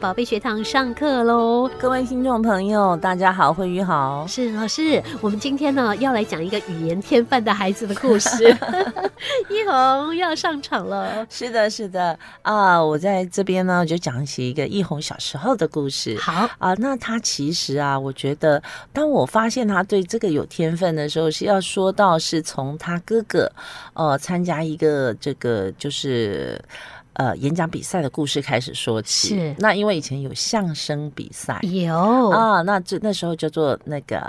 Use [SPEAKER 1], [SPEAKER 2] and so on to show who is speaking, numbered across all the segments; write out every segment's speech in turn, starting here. [SPEAKER 1] 宝贝学堂上课喽！
[SPEAKER 2] 各位听众朋友，大家好，慧宇好。
[SPEAKER 1] 是老师，我们今天呢要来讲一个语言天分的孩子的故 事。一红要上场了，
[SPEAKER 2] 是的，是的啊、我在这边呢就讲起一个一红小时候的故事
[SPEAKER 1] 好，
[SPEAKER 2] 啊、那他其实啊，我觉得当我发现他对这个有天分的时候，是要说到是从他哥哥呃参加一个这个就是。呃，演讲比赛的故事开始说起。
[SPEAKER 1] 是
[SPEAKER 2] 那因为以前有相声比赛
[SPEAKER 1] 有
[SPEAKER 2] 啊，那这那时候叫做那个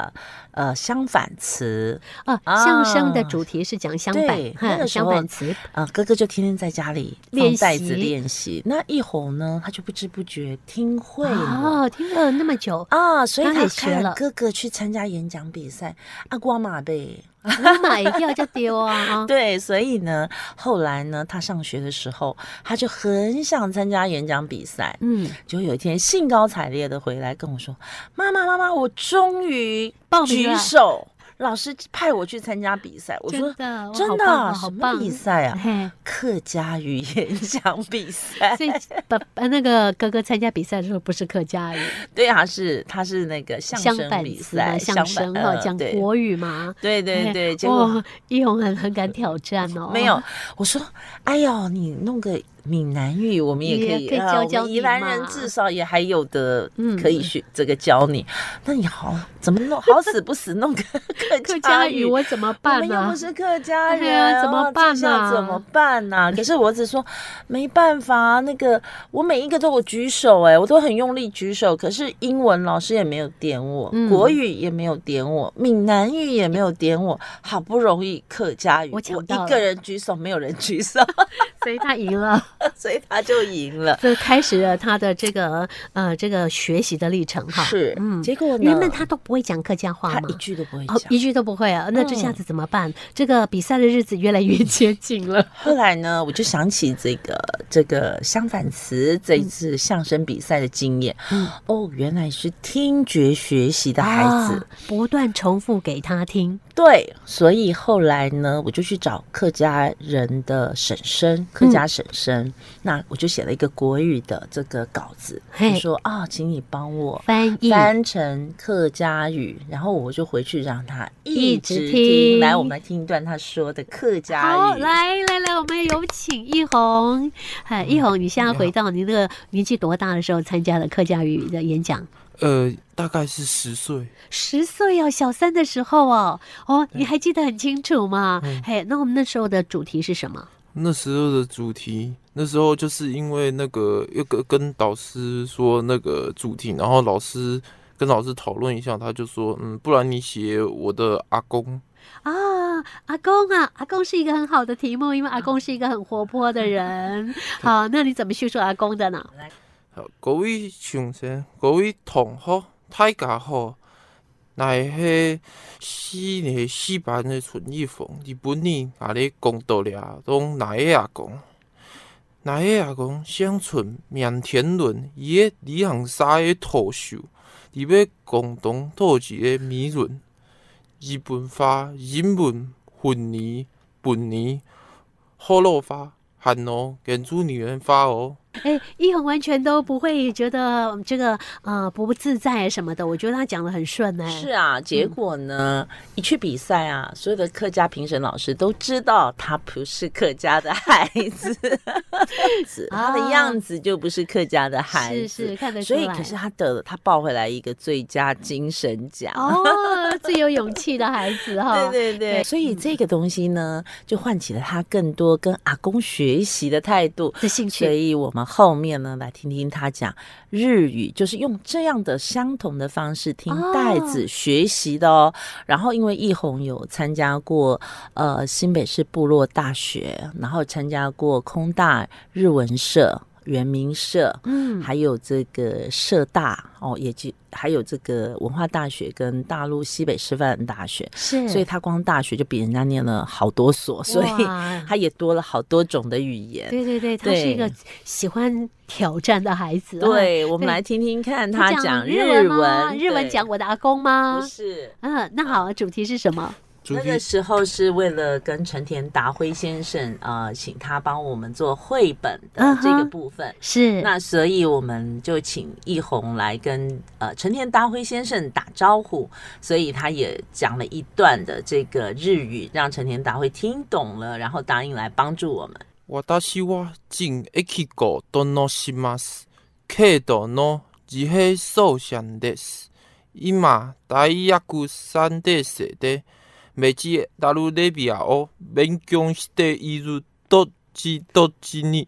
[SPEAKER 2] 呃相反词，
[SPEAKER 1] 啊，
[SPEAKER 2] 啊
[SPEAKER 1] 相声的主题是讲相反
[SPEAKER 2] 对，那
[SPEAKER 1] 哈，
[SPEAKER 2] 个时
[SPEAKER 1] 相
[SPEAKER 2] 候
[SPEAKER 1] 反词
[SPEAKER 2] 啊，哥哥就天天在家里
[SPEAKER 1] 练
[SPEAKER 2] 放袋子
[SPEAKER 1] 习
[SPEAKER 2] 练习。那一红呢，他就不知不觉听会了。
[SPEAKER 1] 哦，听了那么久，
[SPEAKER 2] 啊，所以
[SPEAKER 1] 他也
[SPEAKER 2] 他
[SPEAKER 1] 学
[SPEAKER 2] 看
[SPEAKER 1] 了
[SPEAKER 2] 哥哥去参加演讲比赛，啊，光马呗。
[SPEAKER 1] 我买掉就丢啊啊！
[SPEAKER 2] 对，所以呢，后来呢，他上学的时候，他就很想参加演讲比赛。
[SPEAKER 1] 嗯，
[SPEAKER 2] 就有一天兴高采烈的回来跟我说：“妈妈，妈妈，我终于
[SPEAKER 1] 报名
[SPEAKER 2] 举
[SPEAKER 1] 了
[SPEAKER 2] 手，老师派我去参加比赛。”我
[SPEAKER 1] 真
[SPEAKER 2] 说
[SPEAKER 1] 的，：“
[SPEAKER 2] 真的
[SPEAKER 1] 哇
[SPEAKER 2] 啊，
[SPEAKER 1] 好
[SPEAKER 2] 什
[SPEAKER 1] 棒
[SPEAKER 2] 么
[SPEAKER 1] 啊，
[SPEAKER 2] 比赛啊？
[SPEAKER 1] 嘿，
[SPEAKER 2] 客家语 演讲比赛。”
[SPEAKER 1] 所以爸爸那个哥哥参加比赛的时候不是客家语，
[SPEAKER 2] 对，他是他是那个相
[SPEAKER 1] 相
[SPEAKER 2] 声
[SPEAKER 1] 反
[SPEAKER 2] 比
[SPEAKER 1] 词嘛，
[SPEAKER 2] 赛，
[SPEAKER 1] 相声
[SPEAKER 2] 反
[SPEAKER 1] 哈，
[SPEAKER 2] 呃
[SPEAKER 1] 讲
[SPEAKER 2] 对
[SPEAKER 1] 国语嘛。
[SPEAKER 2] 对对
[SPEAKER 1] 哎
[SPEAKER 2] 对，结果
[SPEAKER 1] 哇，一红很很敢挑战哦。
[SPEAKER 2] 没有。我说，哎呦，你弄个闽南语，我们也
[SPEAKER 1] 也
[SPEAKER 2] 可以
[SPEAKER 1] 可以
[SPEAKER 2] 啊
[SPEAKER 1] 教
[SPEAKER 2] 我
[SPEAKER 1] 教
[SPEAKER 2] 们
[SPEAKER 1] 你
[SPEAKER 2] 宜兰人
[SPEAKER 1] 嘛
[SPEAKER 2] 至少也还有的
[SPEAKER 1] 嗯
[SPEAKER 2] 可以学这个教你。那你好，怎么弄？好死不死弄个
[SPEAKER 1] 客
[SPEAKER 2] 客
[SPEAKER 1] 家
[SPEAKER 2] 家
[SPEAKER 1] 语，
[SPEAKER 2] 语，
[SPEAKER 1] 我怎么
[SPEAKER 2] 我
[SPEAKER 1] 办啊
[SPEAKER 2] 们
[SPEAKER 1] 呢、
[SPEAKER 2] 又不是客家
[SPEAKER 1] 对啊
[SPEAKER 2] 人，
[SPEAKER 1] 怎么
[SPEAKER 2] 哦这
[SPEAKER 1] 办
[SPEAKER 2] 下
[SPEAKER 1] 啊
[SPEAKER 2] 怎么办呢、可是我只说没办法啊，那个我每一个都有举手、哎，我都很用力举手，可是英文老师也没有点我，
[SPEAKER 1] 嗯
[SPEAKER 2] 国语也没有点我，闽南语也没有点我，好不容易客家语，
[SPEAKER 1] 我
[SPEAKER 2] 我
[SPEAKER 1] 抢到了
[SPEAKER 2] 一个人举手，没有人举手，
[SPEAKER 1] 所以他赢了，
[SPEAKER 2] 所以他就赢了。
[SPEAKER 1] 就开始了他的这个呃这个学习的历程哈。
[SPEAKER 2] 是，
[SPEAKER 1] 嗯，
[SPEAKER 2] 结果呢？
[SPEAKER 1] 原本他都不会讲客家话
[SPEAKER 2] 他
[SPEAKER 1] 嘛
[SPEAKER 2] 一。句都不会
[SPEAKER 1] 哦
[SPEAKER 2] 讲，。嗯
[SPEAKER 1] 一句都不会啊！那这下子怎么办？这个比赛的日子越来越接近了。
[SPEAKER 2] 后来呢，我就想起这个这个相反词这一次相声比赛的经验。
[SPEAKER 1] 嗯
[SPEAKER 2] 哦，原来是听觉学习的孩子。
[SPEAKER 1] 啊不断重复给他听，
[SPEAKER 2] 对，所以后来呢，我就去找客家人的婶
[SPEAKER 1] 嗯
[SPEAKER 2] 婶，客家婶婶。那我就写了一个国语的这个稿子，
[SPEAKER 1] 嘿
[SPEAKER 2] 就说啊、请你帮我。
[SPEAKER 1] 翻译
[SPEAKER 2] 翻成客家语，然后我就回去让他
[SPEAKER 1] 一
[SPEAKER 2] 一
[SPEAKER 1] 直
[SPEAKER 2] 直
[SPEAKER 1] 听
[SPEAKER 2] 听。来，我们来听一段他说的客家
[SPEAKER 1] 好，
[SPEAKER 2] 语。
[SPEAKER 1] 来来来，我们有请一红。哎，一红，你现在回到你那个年纪多大的时候参加了客家语的演讲？
[SPEAKER 3] 呃，大概是十岁，
[SPEAKER 1] 十岁哦，小三的时候哦，哦，你还记得很清楚吗？
[SPEAKER 3] 嗯
[SPEAKER 1] 嘿，那我们那时候的主题是什么？
[SPEAKER 3] 那时候的主题，那时候就是因为那个要跟跟导师说那个主题，然后老师跟老师讨论一下，他就说，嗯，不然你写我的阿公，
[SPEAKER 1] 啊，阿公啊，阿公是一个很好的题目，因为阿公是一个很活泼的人。好，那你怎么叙述阿公的呢？
[SPEAKER 3] 好各位先生，各位同学，大家好，乃是四年四班的陈义峰，日本人阿咧讲啊到了，拢乃个阿公，乃个阿公乡村面田轮，伊个李行沙的土秀，伊要共同讨一个米润，日本花、人文、混泥、本泥、火落花、汉罗、原住女人花哦。
[SPEAKER 1] 哎，一红完全都不会觉得这个呃不自在什么的，我觉得他讲的很顺哎、
[SPEAKER 2] 是啊，结果呢，一去比赛啊，所有的客家评审老师都知道他不是客家的孩子，是他的样子就不是客家的孩
[SPEAKER 1] 是
[SPEAKER 2] 子。
[SPEAKER 1] 是看得出
[SPEAKER 2] 所
[SPEAKER 1] 来。
[SPEAKER 2] 以，可是他得了，他抱回来一个最佳精神奖。
[SPEAKER 1] 哦，最有勇气的孩子哈。
[SPEAKER 2] 对对对，所以这个东西呢，就唤起了他更多跟阿公学习的态度。
[SPEAKER 1] 的兴
[SPEAKER 2] 所
[SPEAKER 1] 趣。
[SPEAKER 2] 以我们后面呢，来听听他讲日语，就是用这样的相同的方式听
[SPEAKER 1] 哦
[SPEAKER 2] 袋子学习的哦。然后因为易红有参加过呃新北市部落大学，然后参加过空大日文社、原民社，
[SPEAKER 1] 嗯，
[SPEAKER 2] 还有这个社大哦，也就还有这个文化大学跟大陆西北师范大学，
[SPEAKER 1] 是，
[SPEAKER 2] 所以他光大学就比人家念了好多所，所以
[SPEAKER 1] 哇
[SPEAKER 2] 他也多了好多种的语言。
[SPEAKER 1] 对对对，他是一
[SPEAKER 2] 对
[SPEAKER 1] 个喜欢挑战的孩子。
[SPEAKER 2] 对，我
[SPEAKER 1] 对
[SPEAKER 2] 们来听听看
[SPEAKER 1] 啊，
[SPEAKER 2] 他
[SPEAKER 1] 讲
[SPEAKER 2] 讲
[SPEAKER 1] 日文吗
[SPEAKER 2] 文，
[SPEAKER 1] 日文
[SPEAKER 2] 对
[SPEAKER 1] 讲我的阿公吗
[SPEAKER 2] 不？是。
[SPEAKER 1] 嗯，那好，主题是什么？
[SPEAKER 3] 主
[SPEAKER 2] 那
[SPEAKER 3] 题
[SPEAKER 2] 个时候是为了跟陈田达辉先生，呃，请他帮我们做绘本的这
[SPEAKER 1] 嗯
[SPEAKER 2] 个
[SPEAKER 1] 哼
[SPEAKER 2] 部分。
[SPEAKER 1] 是，
[SPEAKER 2] 那所以我们就请易红来跟呃陈田达辉先生打招呼，所以他也讲了一段的这个日语，让陈田达辉听懂了，然后答应来帮助我们。
[SPEAKER 3] 私は真駅を楽します。けどの自閉症者です。今、大学3年生で、メジダルレビアを勉強しているどっちどっちに、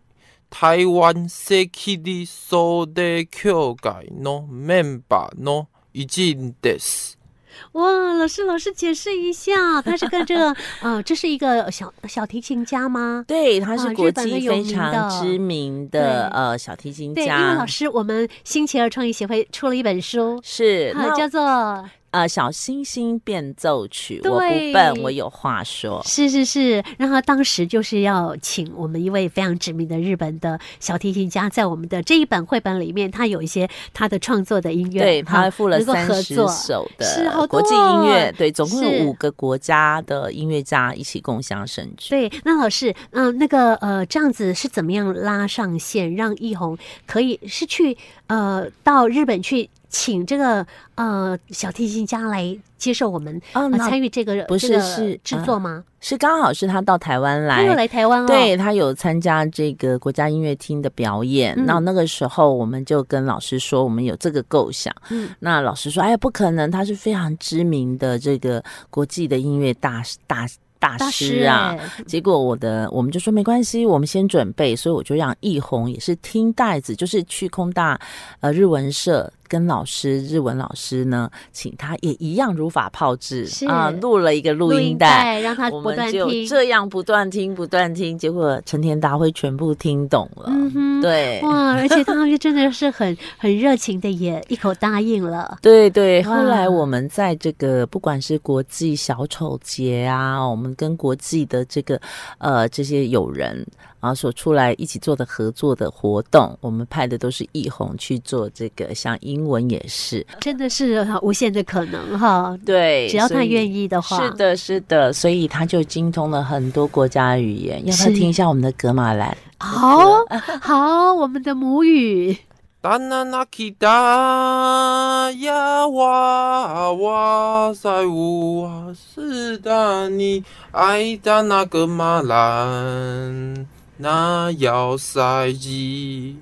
[SPEAKER 3] 台湾赤理総理協会のメンバーの一員です。
[SPEAKER 1] 哇，老师，老师解释一下，他是跟这个呃，这是一个小小提琴家吗？
[SPEAKER 2] 对，他是
[SPEAKER 1] 啊
[SPEAKER 2] 国
[SPEAKER 1] 日本的
[SPEAKER 2] 际
[SPEAKER 1] 有
[SPEAKER 2] 非
[SPEAKER 1] 名
[SPEAKER 2] 常
[SPEAKER 1] 的
[SPEAKER 2] 知名的
[SPEAKER 1] 对
[SPEAKER 2] 呃小提琴
[SPEAKER 1] 对，因为
[SPEAKER 2] 家
[SPEAKER 1] 老，师，我们新奇儿创意协会出了一本书，
[SPEAKER 2] 是
[SPEAKER 1] 啊，叫
[SPEAKER 2] 那
[SPEAKER 1] 做
[SPEAKER 2] 呃小星星变奏曲，我不笨，
[SPEAKER 1] 对
[SPEAKER 2] 我有话说。
[SPEAKER 1] 是是是，然后当时就是要请我们一位非常知名的日本的小提琴家，在我们的这一本绘本里面，他有一些他的创作的音乐，
[SPEAKER 2] 对，他
[SPEAKER 1] 啊
[SPEAKER 2] 还附了
[SPEAKER 1] 能够
[SPEAKER 2] 三
[SPEAKER 1] 合
[SPEAKER 2] 十
[SPEAKER 1] 作
[SPEAKER 2] 首
[SPEAKER 1] 是好
[SPEAKER 2] 的国际
[SPEAKER 1] 多
[SPEAKER 2] 音乐
[SPEAKER 1] 哦，
[SPEAKER 2] 对，总共
[SPEAKER 1] 是
[SPEAKER 2] 有五个国家的音乐家一起共享盛举。
[SPEAKER 1] 对，那老师，嗯、那个呃，这样子是怎么样拉上线，让艺红可以是去呃到日本去请这个呃小提琴家来接受我们、
[SPEAKER 2] 哦，
[SPEAKER 1] 呃、
[SPEAKER 2] 那
[SPEAKER 1] 参与这个
[SPEAKER 2] 不
[SPEAKER 1] 这
[SPEAKER 2] 是
[SPEAKER 1] 个
[SPEAKER 2] 是
[SPEAKER 1] 制
[SPEAKER 2] 呃
[SPEAKER 1] 作吗？
[SPEAKER 2] 是刚好是他到台湾
[SPEAKER 1] 他
[SPEAKER 2] 来，
[SPEAKER 1] 又来台湾哦，
[SPEAKER 2] 对他有参加这个国家音乐厅的表演。
[SPEAKER 1] 嗯
[SPEAKER 2] 那那个时候我们就跟老师说，我们有这个构想。
[SPEAKER 1] 嗯
[SPEAKER 2] 那老师说，哎，不可能，他是非常知名的这个国际的音乐大大大
[SPEAKER 1] 大
[SPEAKER 2] 师啊。
[SPEAKER 1] 哎
[SPEAKER 2] 结果我的我们就说没关系，我们先准备，所以我就让易红也是听袋子，就是去空大呃日文社跟老师日文老师呢，请他也一样如法炮制
[SPEAKER 1] 是
[SPEAKER 2] 啊、录了一个录
[SPEAKER 1] 录
[SPEAKER 2] 音
[SPEAKER 1] 音
[SPEAKER 2] 带。
[SPEAKER 1] 带，让他
[SPEAKER 2] 我
[SPEAKER 1] 不
[SPEAKER 2] 们
[SPEAKER 1] 断
[SPEAKER 2] 就
[SPEAKER 1] 听。
[SPEAKER 2] 这样不断听，不断听，结果陈田达辉全部听懂了。
[SPEAKER 1] 嗯哼，
[SPEAKER 2] 对，
[SPEAKER 1] 哇，而且他们真的是很很热情的，也一口答应了。
[SPEAKER 2] 对对，后
[SPEAKER 1] 哇
[SPEAKER 2] 来我们在这个不管是国际小丑节啊，我们跟国际的这个呃这些友人啊所出来一起做的合作的活动，我们派的都是艺红去做这个，像英文也是，
[SPEAKER 1] 真的是呃无限的可能哈，
[SPEAKER 2] 对，
[SPEAKER 1] 只要他愿
[SPEAKER 2] 意。
[SPEAKER 1] 意的话。
[SPEAKER 2] 是的，是的，所以他就精通了很多国家语言。要不
[SPEAKER 1] 是
[SPEAKER 2] 要听一下我们的格马兰？
[SPEAKER 1] 好好，我们的母语
[SPEAKER 3] 哒那那吉达呀哇哇塞呜哇啊是的你爱的那个马兰那要塞吉。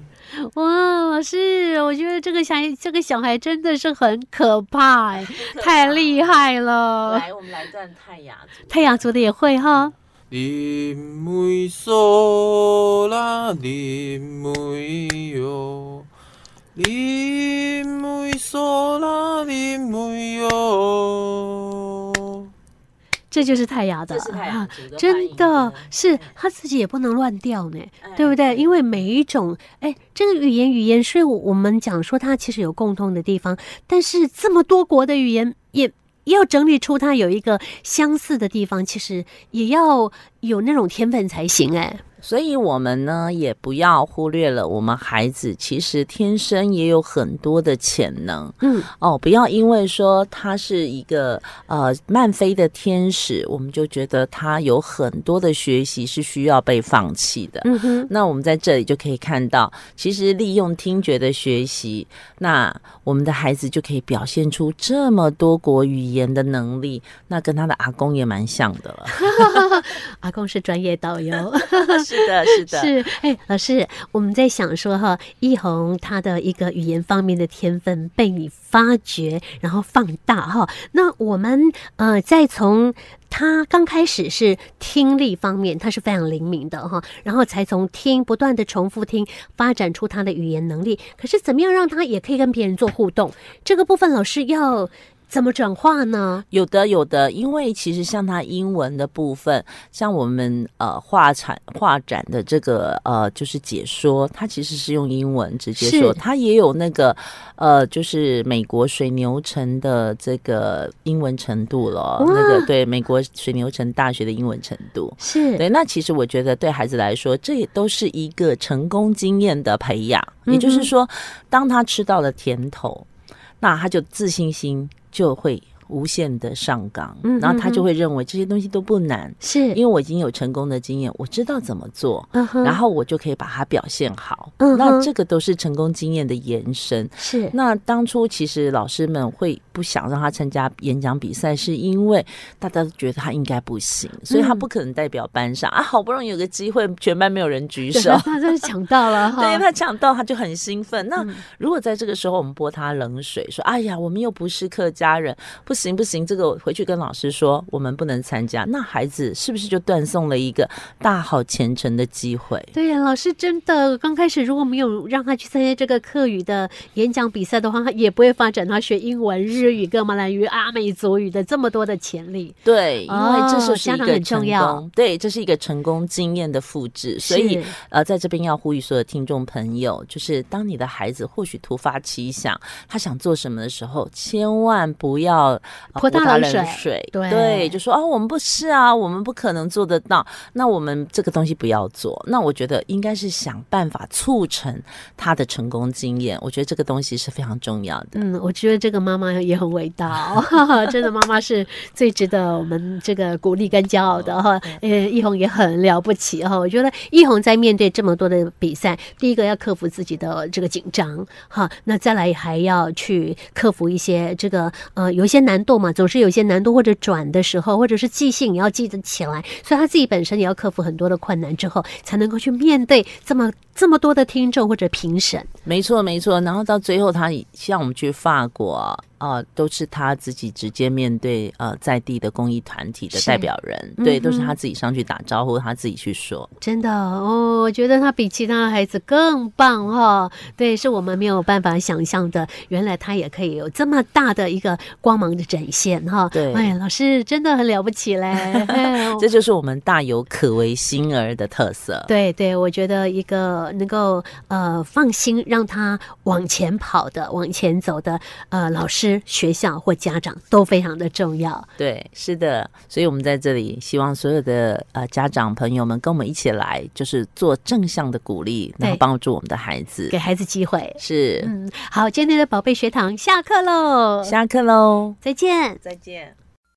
[SPEAKER 1] 哇，老师，我觉得这个小孩这个小孩真的是很可怕、哎， 太厉害了。
[SPEAKER 2] 来，我们来段泰雅族。
[SPEAKER 1] 太阳族的也会哈，
[SPEAKER 3] 林梅索啦，林梅哟，林梅索啦，林梅哟。
[SPEAKER 1] 这就是泰雅的，啊
[SPEAKER 2] 这是泰雅族的发音
[SPEAKER 1] 真的
[SPEAKER 2] 歌
[SPEAKER 1] 是他自己也不能乱掉呢，
[SPEAKER 2] 哎
[SPEAKER 1] 对不对？因为每一种哎，这个语言语言，所以我们讲说它其实有共通的地方，但是这么多国的语言也。也要整理出它有一个相似的地方，其实也要有那种天分才行哎。
[SPEAKER 2] 所以，我们呢也不要忽略了，我们孩子其实天生也有很多的潜能
[SPEAKER 1] 嗯，
[SPEAKER 2] 哦。不要因为说他是一个呃慢飞的天使，我们就觉得他有很多的学习是需要被放弃的。
[SPEAKER 1] 嗯哼，
[SPEAKER 2] 那我们在这里就可以看到，其实利用听觉的学习，那我们的孩子就可以表现出这么多国语言的能力，那跟他的阿公也蛮像的了。
[SPEAKER 1] 阿公是专业导游。
[SPEAKER 2] 是的，是的，
[SPEAKER 1] 是，哎，老师，我们在想说哈，易红他的一个语言方面的天分被你发掘，然后放大哈。那我们呃，再从他刚开始是听力方面，他是非常灵敏的哈，然后才从听不断的重复听，发展出他的语言能力。可是怎么样让他也可以跟别人做互动？这个部分老师要怎么转化呢？
[SPEAKER 2] 有的，有的，因为其实像他英文的部分，像我们呃画展画展的这个呃就是解说，他其实是用英文直接说，
[SPEAKER 1] 是
[SPEAKER 2] 他也有那个呃就是美国水牛城的这个英文程度了哦，
[SPEAKER 1] 哇
[SPEAKER 2] 那个对美国水牛城大学的英文程度。
[SPEAKER 1] 是，
[SPEAKER 2] 对，那其实我觉得对孩子来说，这也都是一个成功经验的培养。也
[SPEAKER 1] 嗯
[SPEAKER 2] 就
[SPEAKER 1] 哼
[SPEAKER 2] 是说，当他吃到了甜头，那他就自信心就会无限的上纲
[SPEAKER 1] 嗯，
[SPEAKER 2] 然后他
[SPEAKER 1] 嗯
[SPEAKER 2] 就
[SPEAKER 1] 嗯
[SPEAKER 2] 会认为这些东西都不难，
[SPEAKER 1] 是，
[SPEAKER 2] 因为我已经有成功的经验，我知道怎么做，
[SPEAKER 1] 嗯哼，
[SPEAKER 2] 然后我就可以把它表现好。
[SPEAKER 1] 嗯哼
[SPEAKER 2] 那这个都是成功经验的延伸。
[SPEAKER 1] 是，
[SPEAKER 2] 那当初其实老师们会不想让他参加演讲比赛，是因为大家都觉得他应该不行，所以他
[SPEAKER 1] 嗯
[SPEAKER 2] 不可能代表班上、啊。好不容易有个机会，全班没有人举
[SPEAKER 1] 对
[SPEAKER 2] 手
[SPEAKER 1] 他， 他真是抢到了哈，
[SPEAKER 2] 对他抢到，他就很兴奋。那
[SPEAKER 1] 嗯
[SPEAKER 2] 如果在这个时候我们泼他冷水，说：“哎呀，我们又不是客家人，不行不行，这个我回去跟老师说，我们不能参加。”那孩子是不是就断送了一个大好前程的机会？
[SPEAKER 1] 对呀，老师真的刚开始如果没有让他去参加这个课语的演讲比赛的话，他也不会发展他学英文、日语、哥马兰语、阿美族语的这么多的潜力。
[SPEAKER 2] 对，因为这
[SPEAKER 1] 哦
[SPEAKER 2] 就是
[SPEAKER 1] 家
[SPEAKER 2] 一
[SPEAKER 1] 长
[SPEAKER 2] 个
[SPEAKER 1] 很重
[SPEAKER 2] 成功，
[SPEAKER 1] 要
[SPEAKER 2] 对，这是一个成功经验的复制，所以
[SPEAKER 1] 是
[SPEAKER 2] 呃，在这边要呼吁所有听众朋友，就是当你的孩子或许突发奇想，他想做什么的时候，千万不要呃
[SPEAKER 1] 泼他冷水对
[SPEAKER 2] 就说哦，我们不是啊，我们不可能做得到，那我们这个东西不要做。那我觉得应该是想办法促成他的成功经验，我觉得这个东西是非常重要的。
[SPEAKER 1] 嗯，我觉得这个妈妈也很伟大哦， 真的妈妈是最值得我们这个鼓励跟骄傲的哈。呃，一红也很了不起哈、我觉得一红在面对这么多的比赛，第一个要克服自己的这个紧张哈，那再来还要去克服一些这个呃有一些难度嘛，总是有一些难度或者转的时候，或者是记性也要记得起来，所以他自己本身也要克服很多的困难之后，才能够去面对这么这么多的听众或者评审。
[SPEAKER 2] 没错，没错。然后到最后，他以像我们去法国啊、呃都是他自己直接面对呃在地的公益团体的
[SPEAKER 1] 是
[SPEAKER 2] 代表人，对，
[SPEAKER 1] 嗯哼
[SPEAKER 2] 都是他自己上去打招呼，他自己去说。
[SPEAKER 1] 真的哦，我觉得他比其他孩子更棒哦。对，是我们没有办法想象的，原来他也可以有这么大的一个光芒的展现哈、
[SPEAKER 2] 对
[SPEAKER 1] 哎，老师真的很了不起嘞。哎
[SPEAKER 2] 这就是我们大有可为星儿的特色。
[SPEAKER 1] 对对，我觉得一个能够呃放心让他往前跑的、往前走的呃老师、学校或家长都非常的重要。
[SPEAKER 2] 对，是的。所以我们在这里希望所有的呃家长朋友们跟我们一起来，就是做正向的鼓励，然后
[SPEAKER 1] 对
[SPEAKER 2] 帮助我们的孩子
[SPEAKER 1] 给。孩子机会。嗯
[SPEAKER 2] 是，
[SPEAKER 1] 嗯，好，今天的宝贝学堂下课喽，
[SPEAKER 2] 下课喽，
[SPEAKER 1] 再见。
[SPEAKER 2] 再见。